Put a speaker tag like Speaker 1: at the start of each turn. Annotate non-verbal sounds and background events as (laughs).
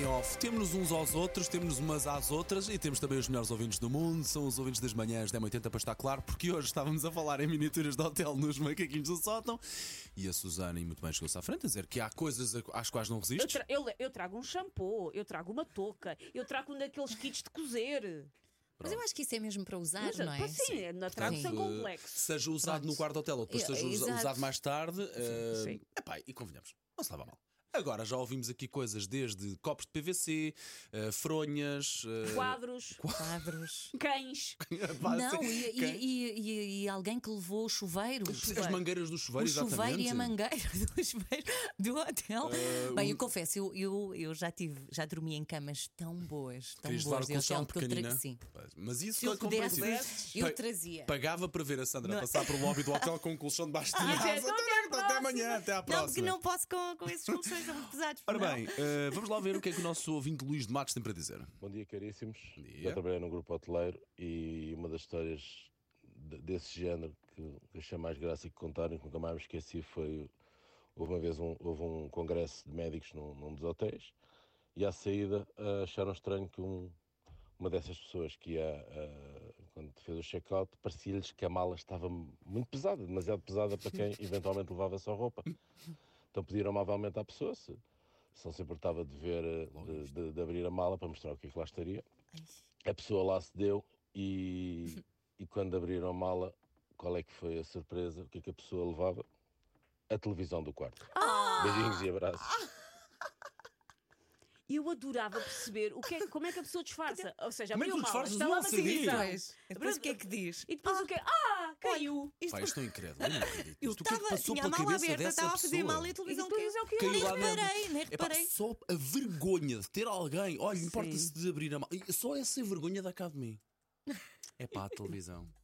Speaker 1: Golf. Temos-nos uns aos outros, temos-nos umas às outras e temos também os melhores ouvintes do mundo. São os ouvintes das manhãs da M80 para estar claro, porque hoje estávamos a falar em miniaturas de hotel nos macaquinhos do sótão e a Susana, e muito bem, chegou-se à frente a dizer que há coisas a- às quais não
Speaker 2: Eu,
Speaker 1: resistes.
Speaker 2: tra- eu le- eu trago um shampoo, eu trago uma touca, eu trago um daqueles kits de cozer.
Speaker 3: Mas eu acho que isso é mesmo para usar,
Speaker 2: Mas,
Speaker 3: não é?
Speaker 2: pois sim, é na trago sem
Speaker 1: Eh,
Speaker 3: um
Speaker 2: complexo.
Speaker 1: Seja usado no quarto hotel ou depois
Speaker 3: Eh,
Speaker 1: seja usa-
Speaker 3: exato.
Speaker 1: usado mais tarde. eh,
Speaker 2: sim.
Speaker 1: epá, e convenhamos, não se leva a mal. Agora já ouvimos aqui coisas desde copos de PVC, eh, fronhas. eh,
Speaker 2: Quadros,
Speaker 3: (laughs) Quadros.
Speaker 2: cães.
Speaker 1: (laughs) pá,
Speaker 3: Não,
Speaker 1: assim,
Speaker 3: e, e-
Speaker 1: quem-
Speaker 3: e- e- e alguém que levou o chuveiro. O
Speaker 1: As mangueiras do chuveiro,
Speaker 3: chuveiro
Speaker 1: exatamente. É,
Speaker 3: e a mangueira (laughs) do chuveiro do hotel. Bem, eu confesso, eu, eu, eu já tive, já dormi em camas tão boas, tão
Speaker 1: Querias levar o
Speaker 3: boas de hotel
Speaker 1: colchão né?
Speaker 3: que eu tra-
Speaker 1: pequenina?
Speaker 3: sim.
Speaker 1: Pois, Mas isso
Speaker 3: Se eu
Speaker 1: é compreensível.
Speaker 3: pudesse, eu
Speaker 1: Pa-
Speaker 3: trazia.
Speaker 1: Pagava para ver a Sandra
Speaker 3: Não.
Speaker 1: passar pelo lobby do hotel com um colchão
Speaker 3: (laughs)
Speaker 1: debaixo de
Speaker 2: Ah,
Speaker 1: asa.
Speaker 2: gente, até à
Speaker 1: até amanhã, até à
Speaker 3: Não, porque
Speaker 1: próxima.
Speaker 3: não posso com, com esses colchões são muito pesados.
Speaker 1: Ora
Speaker 3: não.
Speaker 1: bem, eh, vamos lá ver o que é que o nosso ouvinte Luís de Matos tem para dizer.
Speaker 4: Bom dia, caríssimos.
Speaker 1: Bom dia.
Speaker 4: Eu trabalhei num grupo hoteleiro e uma das histórias de- desse género que que achei mais graça e que contaram e que nunca mais me esqueci foi. Houve uma vez um, houve um congresso de médicos num, num dos hotéis e à saída ah, acharam estranho que um- uma dessas pessoas que ia, ah, quando fez o check-out, parecia-lhes que a mala estava muito pesada, demasiado pesada para
Speaker 1: (laughs)
Speaker 4: quem eventualmente levava só roupa. Então pediram amavelmente à pessoa se, se não se importava de ver, eh, de, de- de abrir a mala para mostrar o que é que lá estaria.
Speaker 3: Ai,
Speaker 4: A pessoa lá se deu e, e quando abriram a mala, qual é que foi a surpresa? O que é que a pessoa levava? A televisão do quarto. Beijinhos e abraços.
Speaker 2: Eu adorava perceber o que é- como é que a pessoa disfarça. Ou seja,
Speaker 1: Como é que
Speaker 2: abriu
Speaker 1: tu
Speaker 2: mal,
Speaker 1: disfarças?
Speaker 2: está
Speaker 1: Não
Speaker 2: lá uma
Speaker 1: sabia.
Speaker 2: televisão.
Speaker 3: Pois, e depois o que é que diz?
Speaker 2: E depois o que Ah, caiu.
Speaker 3: isto
Speaker 1: Pá, isto é incrédulo. Eu não acredito.
Speaker 3: eu
Speaker 1: Isto, o que é que
Speaker 3: estava,
Speaker 1: passou
Speaker 3: tinha a
Speaker 1: pela
Speaker 3: mala
Speaker 1: cabeça
Speaker 3: aberta,
Speaker 1: dessa
Speaker 3: estava a fazer
Speaker 1: pessoa?
Speaker 3: mal e a
Speaker 2: E
Speaker 3: televisão
Speaker 2: depois é o que
Speaker 1: Caiu
Speaker 3: Nem
Speaker 1: lá dentro.
Speaker 3: reparei, nem
Speaker 1: Epá,
Speaker 3: reparei.
Speaker 1: só a vergonha de ter alguém. Olha, importa-se de abrir a mala. E Só essa vergonha dá cabo de mim. É pá, a televisão.